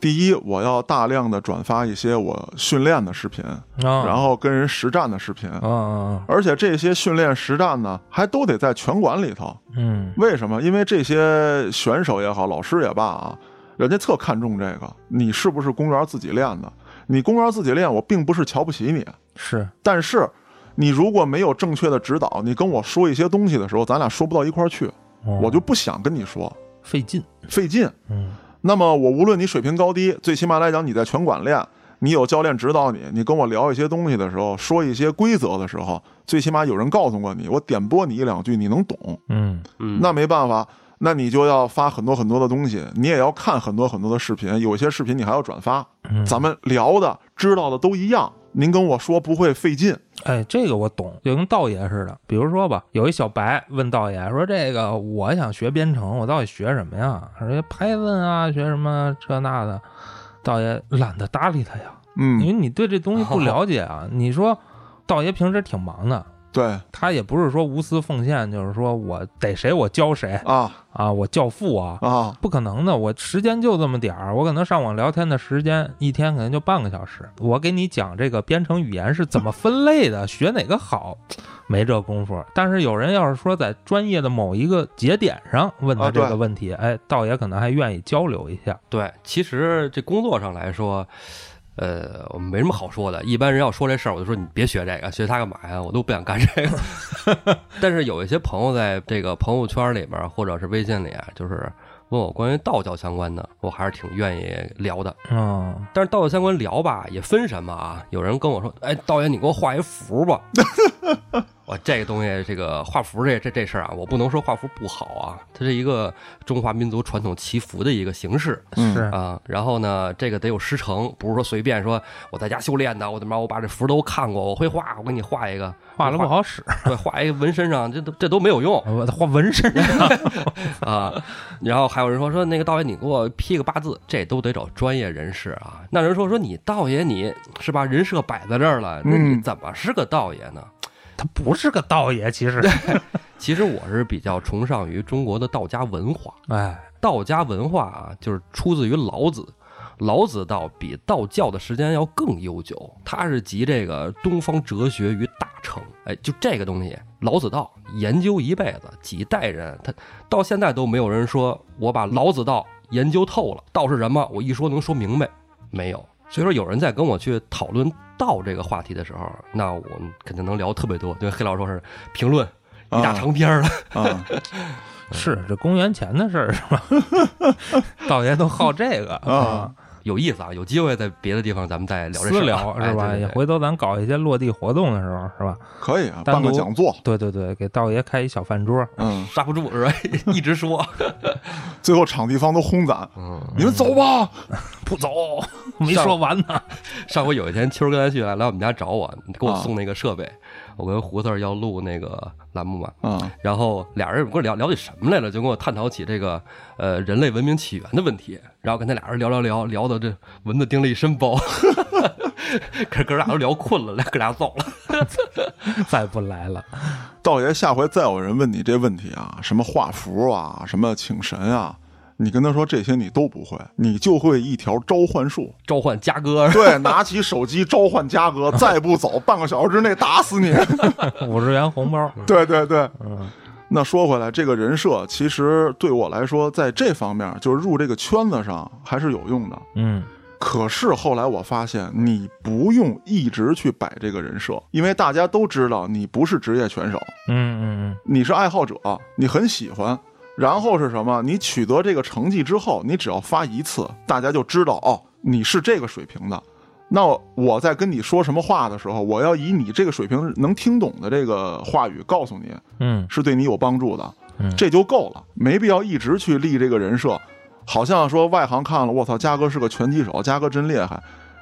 第一，我要大量的转发一些我训练的视频，啊，然后跟人实战的视频，啊啊而且这些训练实战呢，还都得在拳馆里头。嗯为什么？因为这些选手也好，老师也罢啊，人家特看重这个，你是不是公园自己练的？你公园自己练，我并不是瞧不起你，是但是你如果没有正确的指导，你跟我说一些东西的时候，咱俩说不到一块儿去，哦我就不想跟你说，费劲，费劲。嗯那么我无论你水平高低，最起码来讲，你在拳馆练，你有教练指导你，你跟我聊一些东西的时候，说一些规则的时候，最起码有人告诉过你，我点拨你一两句，你能懂。嗯嗯，那没办法，那你就要发很多很多的东西，你也要看很多很多的视频，有些视频你还要转发。嗯，咱们聊的、知道的都一样，您跟我说不会费劲。哎，这个我懂，就跟道爷似的。比如说吧，有一小白问道爷说：“这个我想学编程，我到底学什么呀？”说：“Python 啊，学什么这那的。”道爷懒得搭理他呀，因为嗯，你对这东西不了解啊。你说，道爷平时挺忙的，对他也不是说无私奉献，就是说我逮谁我教谁啊啊，我教父啊，啊，不可能的，我时间就这么点儿，我可能上网聊天的时间一天可能就半个小时。我给你讲这个编程语言是怎么分类的，学哪个好，没这功夫。但是有人要是说在专业的某一个节点上问啊他这对个问题，哎，倒也可能还愿意交流一下。对，其实这工作上来说，呃，我没什么好说的。一般人要说这事儿，我就说你别学这个，学它干嘛呀？我都不想干这个。 但是有一些朋友在这个朋友圈里面或者是微信里啊，就是问我关于道教相关的，我还是挺愿意聊的。嗯，但是道教相关聊吧，也分什么啊？有人跟我说，哎，道爷，你给我画一符吧。我这个东西，这个画符这这这事儿啊，我不能说画符不好啊，它是一个中华民族传统祈福的一个形式。嗯是，啊，然后呢，这个得有师承，不是说随便说我在家修炼的，我他妈我把这符都看过，我会画，我给你画一个，画啊了不好使，对，画一个纹身上，这都这都没有用我画纹身啊。然后还有人说说那个道爷，你给我批个八字，这都得找专业人士啊。那人说说你道爷你是吧，人设摆在这儿了，那你嗯怎么是个道爷呢？他不是个道爷，其 实，其实我是比较崇尚于中国的道家文化，哎，道家文化啊，就是出自于老子。老子道比道教的时间要更悠久，它是集这个东方哲学于大成。哎，就这个东西，老子道研究一辈子，几代人，他到现在都没有人说我把老子道研究透了。道是什么？我一说能说明白，没有。所以说，有人在跟我去讨论道这个话题的时候，那我们肯定能聊特别多。对黑老师说是评论一大长篇儿了，啊，是这公元前的事儿是吧？ 道爷都好这个啊。有意思啊！有机会在别的地方咱们再聊这事私儿聊啊、是吧？哎对对也对回头咱搞一些落地活动的时候是吧？可以啊，单办个独讲座。对对对，给道爷开一小饭桌。嗯，刹不住是吧？ 一直说，最后场地方都轰咱，嗯，你们走吧。不走， 没说完呢。上回有一天，秋儿跟他去来我们家找我，给我啊送那个设备，我跟胡四儿要录那个栏目嘛，啊，然后俩人跟我聊聊起什么来了，就跟我探讨起这个呃人类文明起源的问题，然后跟他俩人聊聊聊聊到这蚊子叮了一身包， 可是哥俩都聊困了，哥俩走了，再不来了，道爷，下回再有人问你这问题啊，什么画符啊，什么请神啊，你跟他说这些你都不会，你就会一条召唤术。召唤嘉哥， 对，拿起手机召唤嘉 哥，再不走，半个小时之内打死你。 五十元红包， 对对对。嗯那说回来，这个人设其实对我来说，在这方面就是入这个圈子上还是有用的。嗯可是后来我发现，你不用一直去摆这个人设，因为大家都知道你不是职业选手，嗯嗯你是爱好者，你很喜欢。然后是什么？你取得这个成绩之后，你只要发一次，大家就知道哦，你是这个水平的。那我在跟你说什么话的时候，我要以你这个水平能听懂的这个话语告诉你，嗯是对你有帮助的嗯，这就够了，没必要一直去立这个人设，好像说外行看了，我操，嘉哥是个拳击手，嘉哥真厉害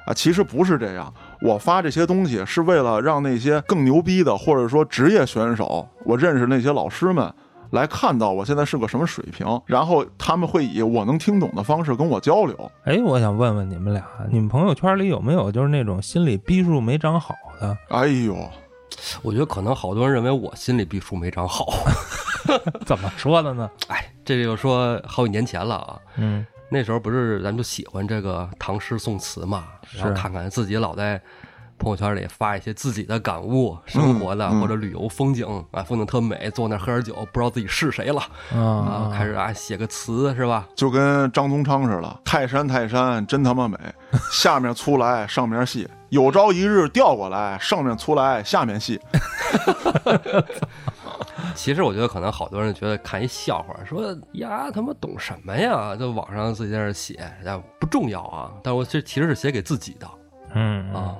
啊！其实不是这样，我发这些东西是为了让那些更牛逼的，或者说职业选手，我认识那些老师们。来看到我现在是个什么水平，然后他们会以我能听懂的方式跟我交流。嗯。哎，我想问问你们俩，啊你们朋友圈里有没有就是那种心理逼数没长好的？哎呦，我觉得可能好多人认为我心里避数没长好。 怎么说的呢？哎，这就说好几年前了啊，嗯那时候不是咱们就喜欢这个唐诗宋词嘛，然后是看看自己老在朋友圈里发一些自己的感悟、生活的嗯或者旅游风景啊，风景特美，坐那儿喝点酒，不知道自己是谁了啊，开始啊写个词是吧？就跟张宗昌似 的，泰山泰山真他妈美， 下面粗来上面细，有朝一日调过来，上面粗来下面细。其实我觉得可能好多人觉得看一笑话，说呀他妈懂什么呀？在网上自己在这儿写，呀不重要啊。但我这其实是写给自己的嗯啊。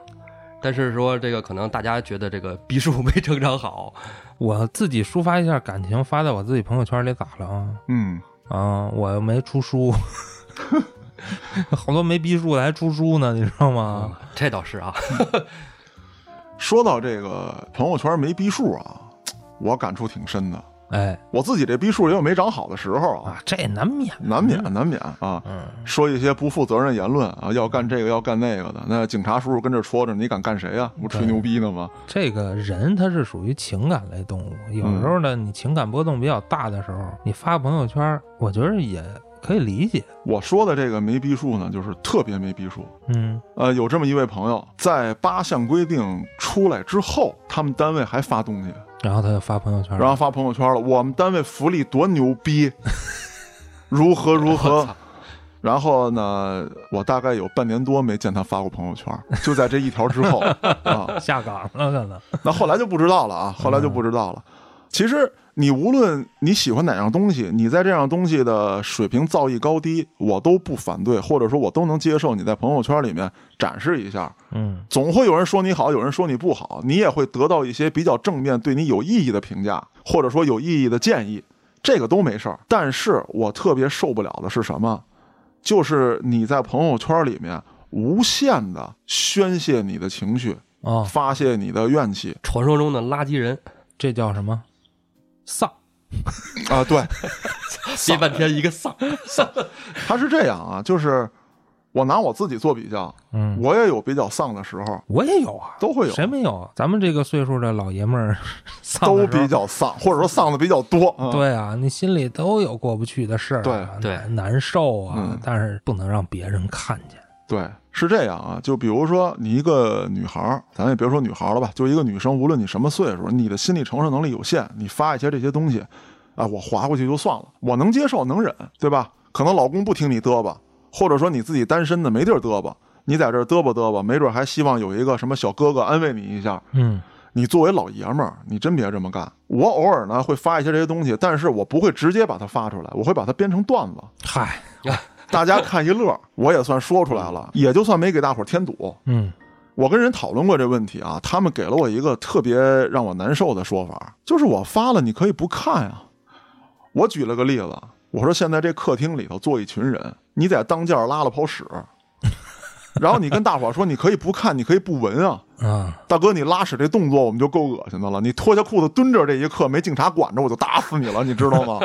但是说这个可能大家觉得这个 笔数没成长好，我自己抒发一下感情，发在我自己朋友圈里咋了啊？嗯，啊，我又没出书， 好多没逼数的还出书呢，你知道吗？啊，这倒是啊。 说到这个朋友圈没逼数啊，我感触挺深的。哎我自己这逼数也有没长好的时候啊，啊，这难免难免难免啊。嗯说一些不负责任言论啊，要干这个要干那个的，那警察叔叔跟这戳着，你敢干谁啊？不吹牛逼呢吗？这个人他是属于情感类动物，有时候嗯呢，你情感波动比较大的时候，你发朋友圈，我觉得也可以理解。我说的这个没逼数呢，就是特别没逼数。嗯呃，有这么一位朋友，在八项规定出来之后，他们单位还发东西，然后他就发朋友圈，然后发朋友圈了。我们单位福利多牛逼， 如何如我何操。然后呢，我大概有半年多没见他发过朋友圈，就在这一条之后 啊。下岗了可能。那后来就不知道了啊，后来就不知道了。其实你无论你喜欢哪样东西，你在这样东西的水平造诣高低，我都不反对，或者说我都能接受。你在朋友圈里面展示一下，嗯总会有人说你好，有人说你不好，你也会得到一些比较正面、对你有意义的评价，或者说有意义的建议，这个都没事儿。但是我特别受不了的是什么？就是你在朋友圈里面无限的宣泄你的情绪，哦，发泄你的怨气传说中的垃圾人，这叫什么？丧。啊！对，憋半天一个丧，他是这样啊，就是我拿我自己做比较，嗯，我也有比较丧的时候，我也有啊，都会有，谁没有？咱们这个岁数的老爷们儿，丧的都时候比较丧，或者说丧的比较多。嗯、对啊，你心里都有过不去的事儿啊、对对难难受啊、嗯但是不能让别人看见。对，是这样啊。就比如说你一个女孩儿，咱也别说女孩儿了吧，就一个女生，无论你什么岁数，你的心理承受能力有限，你发一些这些东西，啊，我划过去就算了，我能接受，能忍，对吧？可能老公不听你嘚吧，或者说你自己单身的没地儿嘚吧，你在这儿嘚吧嘚吧，没准还希望有一个什么小哥哥安慰你一下。嗯你作为老爷们儿，你真别这么干。我偶尔呢会发一些这些东西，但是我不会直接把它发出来，我会把它编成段子，嗨，大家看一乐，我也算说出来了，也就算没给大伙儿添堵。嗯我跟人讨论过这问题啊，他们给了我一个特别让我难受的说法，就是我发了你可以不看呀、我举了个例子，我说现在这客厅里头坐一群人，你在当间儿拉了泡屎，然后你跟大伙儿说你可以不看，你可以不闻啊。啊，大哥，你拉屎这动作我们就够恶心的了。你脱下裤子蹲着这一刻，没警察管着我就打死你了，你知道吗？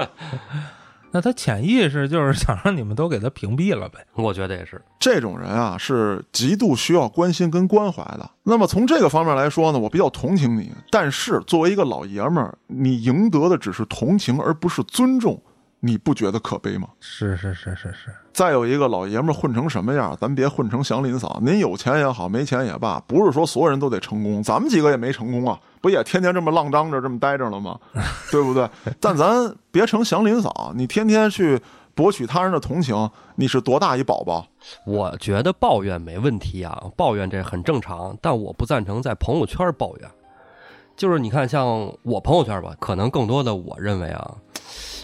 那他潜意识就是想让你们都给他屏蔽了呗。我觉得也是。这种人啊，是极度需要关心跟关怀的。那么从这个方面来说呢，我比较同情你。但是作为一个老爷们儿，你赢得的只是同情，而不是尊重。你不觉得可悲吗？是是是是是，再有一个老爷们儿混成什么样，咱别混成祥林嫂。您有钱也好，没钱也罢，不是说所有人都得成功，咱们几个也没成功啊，不也天天这么浪张着，这么待着了 吗？对不对？但咱别成祥林嫂，你天天去博取他人的同情，你是多大一宝宝？我觉得抱怨没问题啊，抱怨这很正常，但我不赞成在朋友圈抱怨。就是你看，像我朋友圈吧，可能更多的我认为啊，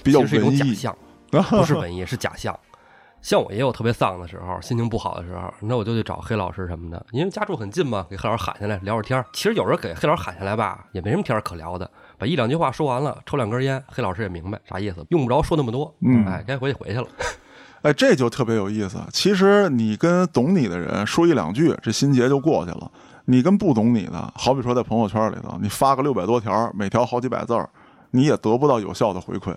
比较其实是一种文假艺， 象，不是文艺，是假象。像我也有特别丧的时候，心情不好的时候，那我就去找黑老师什么的，因为家住很近嘛，给黑老师喊下来聊会儿天儿。其实有时候给黑老师喊下来吧，也没什么天儿可聊的，把一两句话说完了，抽两根烟，黑老师也明白啥意思，用不着说那么多。嗯哎，该回去回去了。哎，这就特别有意思。其实你跟懂你的人说一两句，这心结就过去了。你跟不懂你的，好比说在朋友圈里头，你发个六百多条，每条好几百字儿，你也得不到有效的回馈。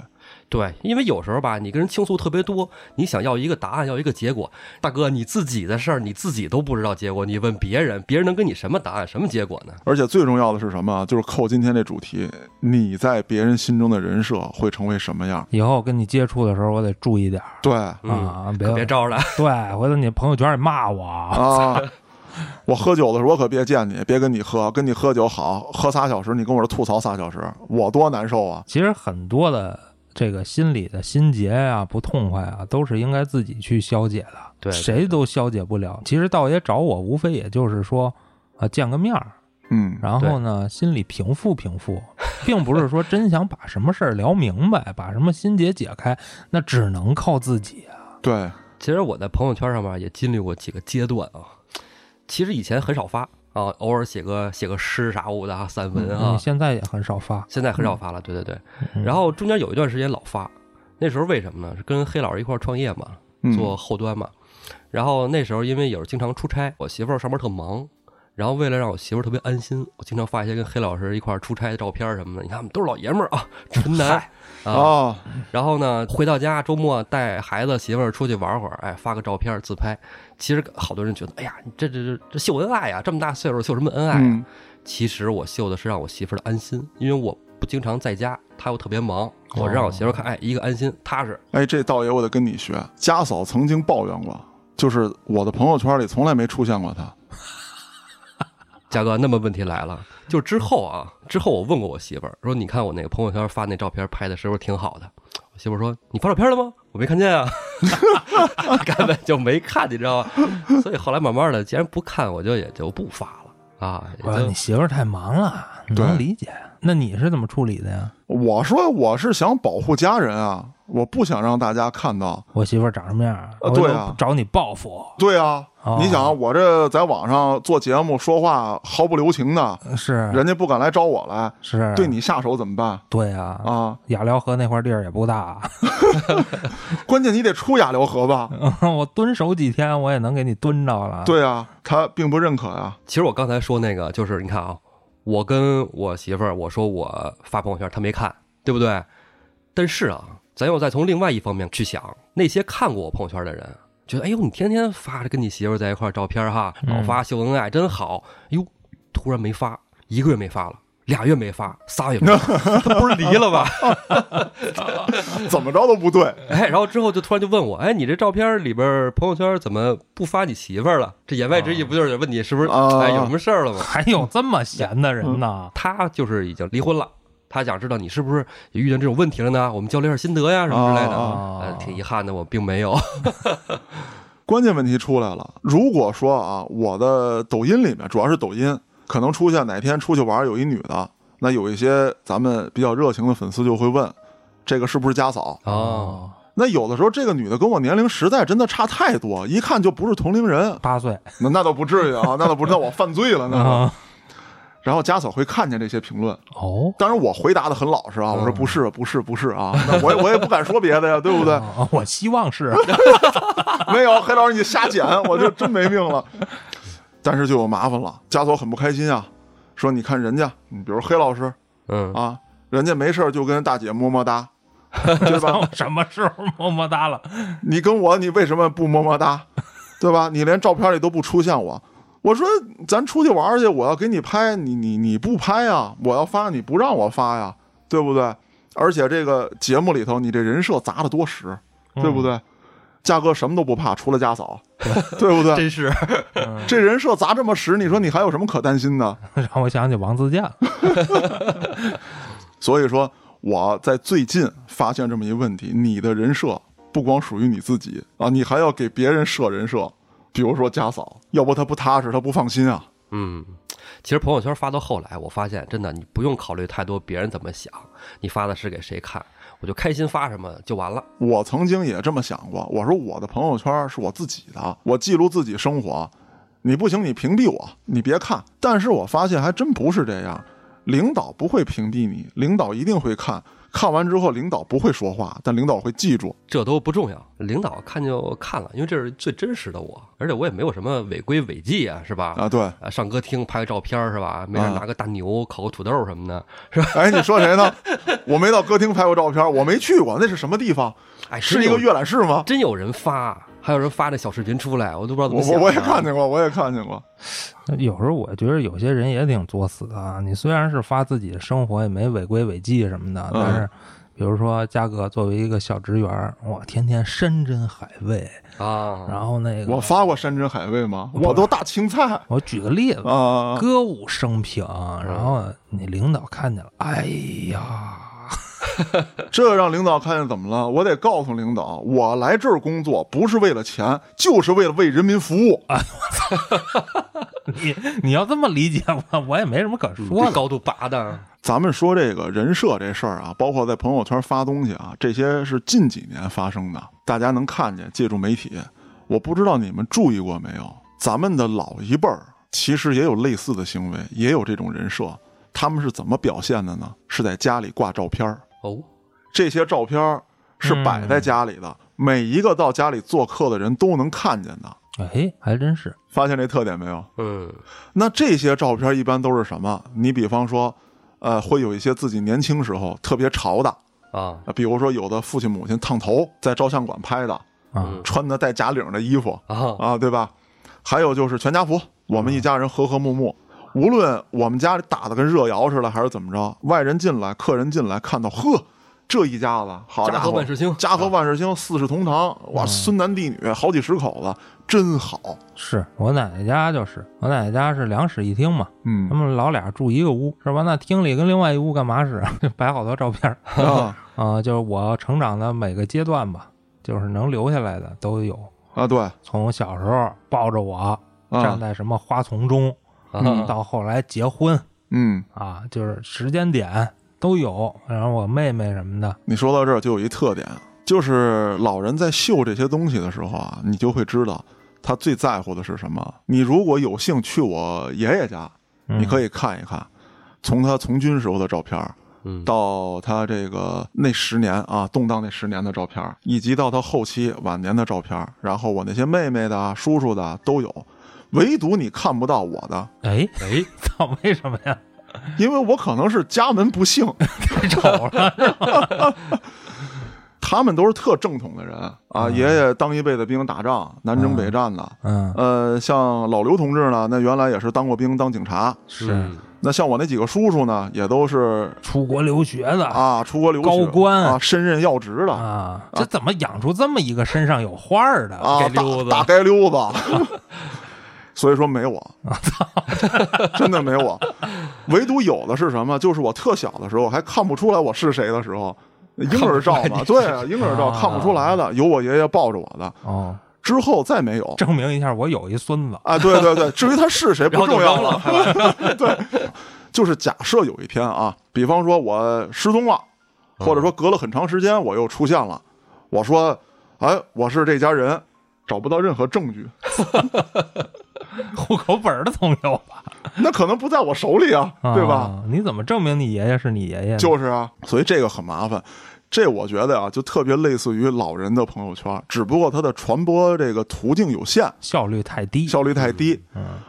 对，因为有时候吧，你跟人倾诉特别多，你想要一个答案，要一个结果。大哥，你自己的事儿你自己都不知道结果，你问别人，别人能给你什么答案、什么结果呢？而且最重要的是什么？就是扣今天这主题，你在别人心中的人设会成为什么样？以后跟你接触的时候我得注意点儿对 啊，别可别招了。对，回头你朋友圈里骂我，啊，我喝酒的时候我可别见你，别跟你喝，跟你喝酒好，喝仨小时，你跟我这吐槽仨小时，我多难受啊！其实很多的这个心理的心结呀、不痛快啊，都是应该自己去消解的。对对谁都消解不了。其实道爷找我，无非也就是说，呃，见个面儿，嗯，然后呢，心里平复平复，并不是说真想把什么事儿聊明白，把什么心结解开，那只能靠自己啊。对，其实我在朋友圈上面也经历过几个阶段啊。其实以前很少发啊，偶尔写个写个诗啥物的啊，散文啊，嗯现在也很少发。现在很少发了。对对对，嗯然后中间有一段时间老发，那时候为什么呢？是跟黑老师一块儿创业嘛，嗯做后端嘛。然后那时候因为有时候经常出差，我媳妇儿上班特忙，然后为了让我媳妇儿特别安心，我经常发一些跟黑老师一块儿出差的照片儿什么的。你看，我们都是老爷们儿啊，纯男啊。啊，然后呢，回到家周末带孩子媳妇儿出去玩会儿，哎，发个照片儿自拍。其实好多人觉得，哎呀，你这这这这秀恩爱啊呀，这么大岁数秀什么恩爱呀？嗯其实我秀的是让我媳妇儿的安心，因为我不经常在家，她又特别忙，我让我哦媳妇儿看，哎，一个安心踏实。哎，这道爷我得跟你学。家嫂曾经抱怨过，就是我的朋友圈里从来没出现过他。嘉哥，那么问题来了，就之后啊，之后我问过我媳妇儿，说你看我那个朋友圈发那照片拍的是不是挺好的？我媳妇儿说你发照片了吗？我没看见啊， 根本就没看，你知道吗？所以后来慢慢的，既然不看，我就也就不发了啊，也我说就你媳妇儿太忙了，能理解。那你是怎么处理的呀？我说我是想保护家人啊，我不想让大家看到。我媳妇儿长什么样儿？呃我就对啊找你报复。对啊，哦你想啊我这在网上做节目说话毫不留情的，是人家不敢来找我来，是，啊对你下手怎么办对啊。啊？雅辽河那块地儿也不大，关键你得出雅辽河吧？嗯我蹲守几天，我也能给你蹲着了。对啊，他并不认可啊呀、其实我刚才说那个，就是你看啊，我跟我媳妇儿我说我发朋友圈，她没看，对不对？但是啊，咱又再从另外一方面去想，那些看过我朋友圈的人，觉得哎呦，你天天发着跟你媳妇儿在一块儿照片儿哈，嗯老发秀恩爱真好，哎呦，突然没发，一个月没发了。俩月没发，仨月没发，他不是离了吧？怎么着都不对。哎，然后之后就突然就问我，哎，你这照片里边儿朋友圈怎么不发你媳妇儿了？这言外之意不就是问你是不是、啊哎有什么事儿了吗？还有这么闲的人呢？他就是已经离婚了，他想知道你是不是也遇见这种问题了呢？我们交流一下心得呀，什么之类的。哦呃，挺遗憾的，我并没有。关键问题出来了。如果说啊，我的抖音里面主要是抖音，可能出现哪天出去玩有一女的，那有一些咱们比较热情的粉丝就会问，这个是不是家嫂？哦，那有的时候这个女的跟我年龄实在真的差太多，一看就不是同龄人，八岁那那倒不至于啊，那倒不是，那我犯罪了那。 啊，然后家嫂会看见这些评论，哦，当然我回答的很老实啊，我说不是，不是，不是啊，那我也我也不敢说别的呀，对不对？啊我希望是 没有，黑老师你瞎剪，我就真没命了。但是就有麻烦了，家嫂很不开心啊，说你看人家，你比如黑老师 嗯，啊，人家没事儿就跟大姐么么哒，对吧？ 什么时候么么哒了？你跟我你为什么不么么哒，对吧？你连照片里都不出现我。我说咱出去玩儿去，我要给你拍，你你你不拍呀、啊？我要发你不让我发呀、对不对？而且这个节目里头，你这人设砸的多实，对不对？嘉哥什么都不怕，除了家嫂，对不对？真是这人设砸这么实，你说你还有什么可担心的？让我想起王自健了。所以说，我在最近发现这么一个问题：你的人设不光属于你自己啊，你还要给别人设人设。比如说家嫂，要不他不踏实，他不放心啊。嗯，其实朋友圈发到后来，我发现真的你不用考虑太多别人怎么想，你发的是给谁看，我就开心发什么就完了。我曾经也这么想过，我说我的朋友圈是我自己的，我记录自己生活，你不行你屏蔽我，你别看。但是我发现还真不是这样，领导不会屏蔽你，领导一定会看，看完之后领导不会说话，但领导会记住。这都不重要，领导看就看了，因为这是最真实的我，而且我也没有什么违规违纪啊，是吧？啊，对，啊，上歌厅拍个照片儿是吧？没事啊拿个大牛烤个土豆什么的， 哎，你说谁呢？我没到歌厅拍过照片，我没去过，那是什么地方？哎，啊是真一个有阅览室吗？真有人发，还有人发这小视频出来，我都不知道怎我么我我想也的看见过，我也看见过。那有时候我觉得有些人也挺作死的啊。你虽然是发自己的生活，也没违规违纪什么的，嗯但是比如说嘉哥作为一个小职员，我天天山珍海味，啊，然后那个我发过山珍海味吗？我都大青菜我举个例子，啊！歌舞升平，然后你领导看见了，哎呀，这让领导看见怎么了？我得告诉领导，我来这儿工作不是为了钱，就是为了为人民服务。你 你要这么理解我，我也没什么可说这的。高度拔的，咱们说这个人设这事儿啊，包括在朋友圈发东西啊，这些是近几年发生的，大家能看见，借助媒体。我不知道你们注意过没有，咱们的老一辈儿其实也有类似的行为，也有这种人设。他们是怎么表现的呢？是在家里挂照片儿，哦，这些照片儿是摆在家里的，每一个到家里做客的人都能看见的。哎，还真是，发现这特点没有？嗯，那这些照片一般都是什么？你比方说，呃，会有一些自己年轻时候特别潮的，啊，啊比如说有的父亲母亲烫头，在照相馆拍的，啊嗯穿的带假领的衣服啊，啊，对吧？还有就是全家福，我们一家人和和睦睦，无论我们家里打的跟热窑似的，还是怎么着，外人进来，客人进来，看到呵。这一家子，好家家和伙，万事兴家和万事兴，四世同堂，哇，孙男弟女，好几十口子，真好。是我奶奶家就是，我奶奶家是两室一厅嘛，嗯他们老俩住一个屋，是吧？那厅里跟另外一屋干嘛使啊？就 摆好多照片儿啊啊、就是我成长的每个阶段吧，就是能留下来的都有。啊，对，从小时候抱着我站啊，在什么花丛中，嗯啊，到后来结婚嗯，啊，就是时间点都有。然后我妹妹什么的，你说到这儿就有一特点，就是老人在秀这些东西的时候啊，你就会知道他最在乎的是什么。你如果有幸去我爷爷家，你可以以看一看，从他从军时候的照片儿，嗯，到他这个那十年啊动荡那十年的照片儿，以及到他后期晚年的照片儿，然后我那些妹妹的、啊叔叔的都有，唯独你看不到我的，哎， 哎，操，为什么呀？因为我可能是家门不幸。太丑 了，他们都是特正统的人啊，爷爷当一辈子兵打仗，南征北战的。嗯，呃，像老刘同志呢，那原来也是当过兵，当警察。是那像我那几个叔叔呢，也都是出国留学的啊，出国留学高官啊，升任要职的啊，这怎么养出这么一个身上有花儿的？啊，街大溜子大街溜子。 所以说没我，啊真的没我，唯独有的是什么？就是我特小的时候还看不出来我是谁的时候，婴儿照嘛，对，婴儿照啊看不出来的，有我爷爷抱着我的，哦，之后再没有。证明一下我有一孙子。啊，对对对，至于他是谁然不后就重要扔了，。 就是假设有一天啊，比方说我失踪了，或者嗯说隔了很长时间我又出现了，我说，哎，我是这家人，找不到任何证据，户口本儿的总有吧？那可能不在我手里啊，对吧？啊？你怎么证明你爷爷是你爷爷呢？就是啊，所以这个很麻烦。这我觉得啊，就特别类似于老人的朋友圈，只不过它的传播这个途径有限，效率太低。嗯效率太低，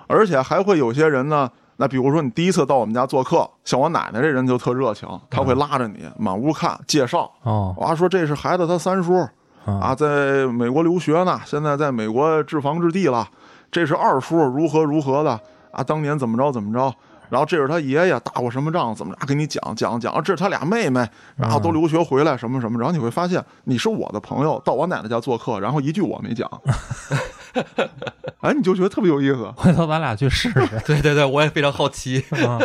而且还会有些人呢。那比如说，你第一次到我们家做客，像我奶奶这人就特热情，她会拉着你满屋看介绍，哦啊，说这是孩子他三叔啊，在美国留学呢，现在在美国置房置地了。这是二叔如何如何的啊，当年怎么着怎么着，然后这是他爷爷打过什么仗，怎么着，给你讲讲讲。啊这是他俩妹妹，然后都留学回来什么什么。然后你会发现，你是我的朋友，到我奶奶家做客，然后一句我没讲， 哎，你就觉得特别有意思。回头咱俩去试试。对对对，我也非常好奇。嗯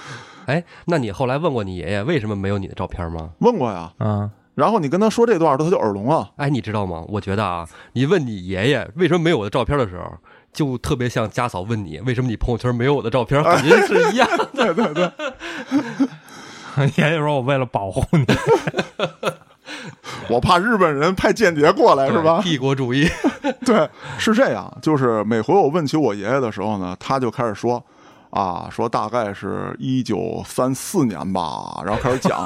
哎，那你后来问过你爷爷为什么没有你的照片吗？问过呀，嗯，然后你跟他说这段，他就耳聋了。哎，你知道吗？我觉得啊，你问你爷爷为什么没有我的照片的时候，就特别像家嫂问你为什么你朋友圈没有我的照 片，感觉是一样。对对对， 爷爷说我为了保护你， 我怕日本人派间谍过来是吧？ 帝国主义。对，是这样。就是每回我问起我爷爷的时候呢，他就开始说。啊，说大概是一九三四年吧，然后开始讲，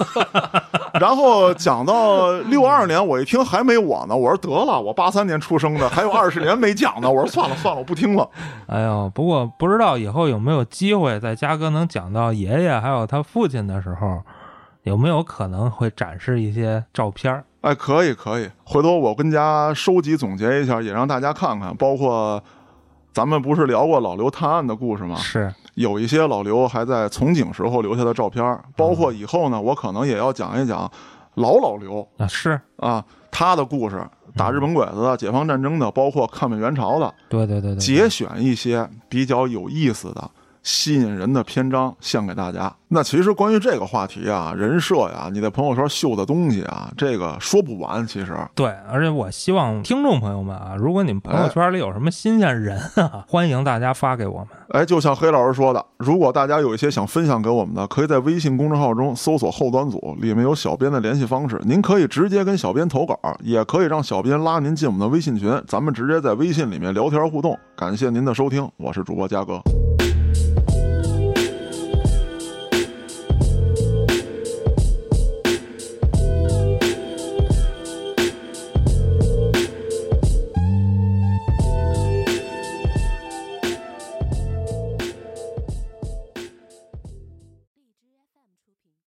然后讲到六二年，我一听还没我呢，我说得了，我八三年出生的，还有二十年没讲呢，我说算了算了，我不听了。哎呦，不过不知道以后有没有机会，在嘉哥能讲到爷爷还有他父亲的时候，有没有可能会展示一些照片儿？哎，可以可以，回头我跟家收集总结一下，也让大家看看。包括咱们不是聊过老刘探案的故事吗？是，有一些老刘还在从警时候留下的照片，包括以后呢，我可能也要讲一讲老老刘啊是，啊他的故事，打日本鬼子的、解放战争的，包括抗美援朝的，对对对对，节选一些比较有意思的、吸引人的篇章献给大家。那其实关于这个话题啊、人设呀、你在朋友圈秀的东西啊，这个说不完。其实对，而且我希望听众朋友们啊，如果你们朋友圈里有什么新鲜人啊，欢迎大家发给我们。哎，就像黑老师说的，如果大家有一些想分享给我们的，可以在微信公众号中搜索“后端组”，里面有小编的联系方式，您可以直接跟小编投稿，也可以让小编拉您进我们的微信群，咱们直接在微信里面聊天互动。感谢您的收听，我是主播嘉哥。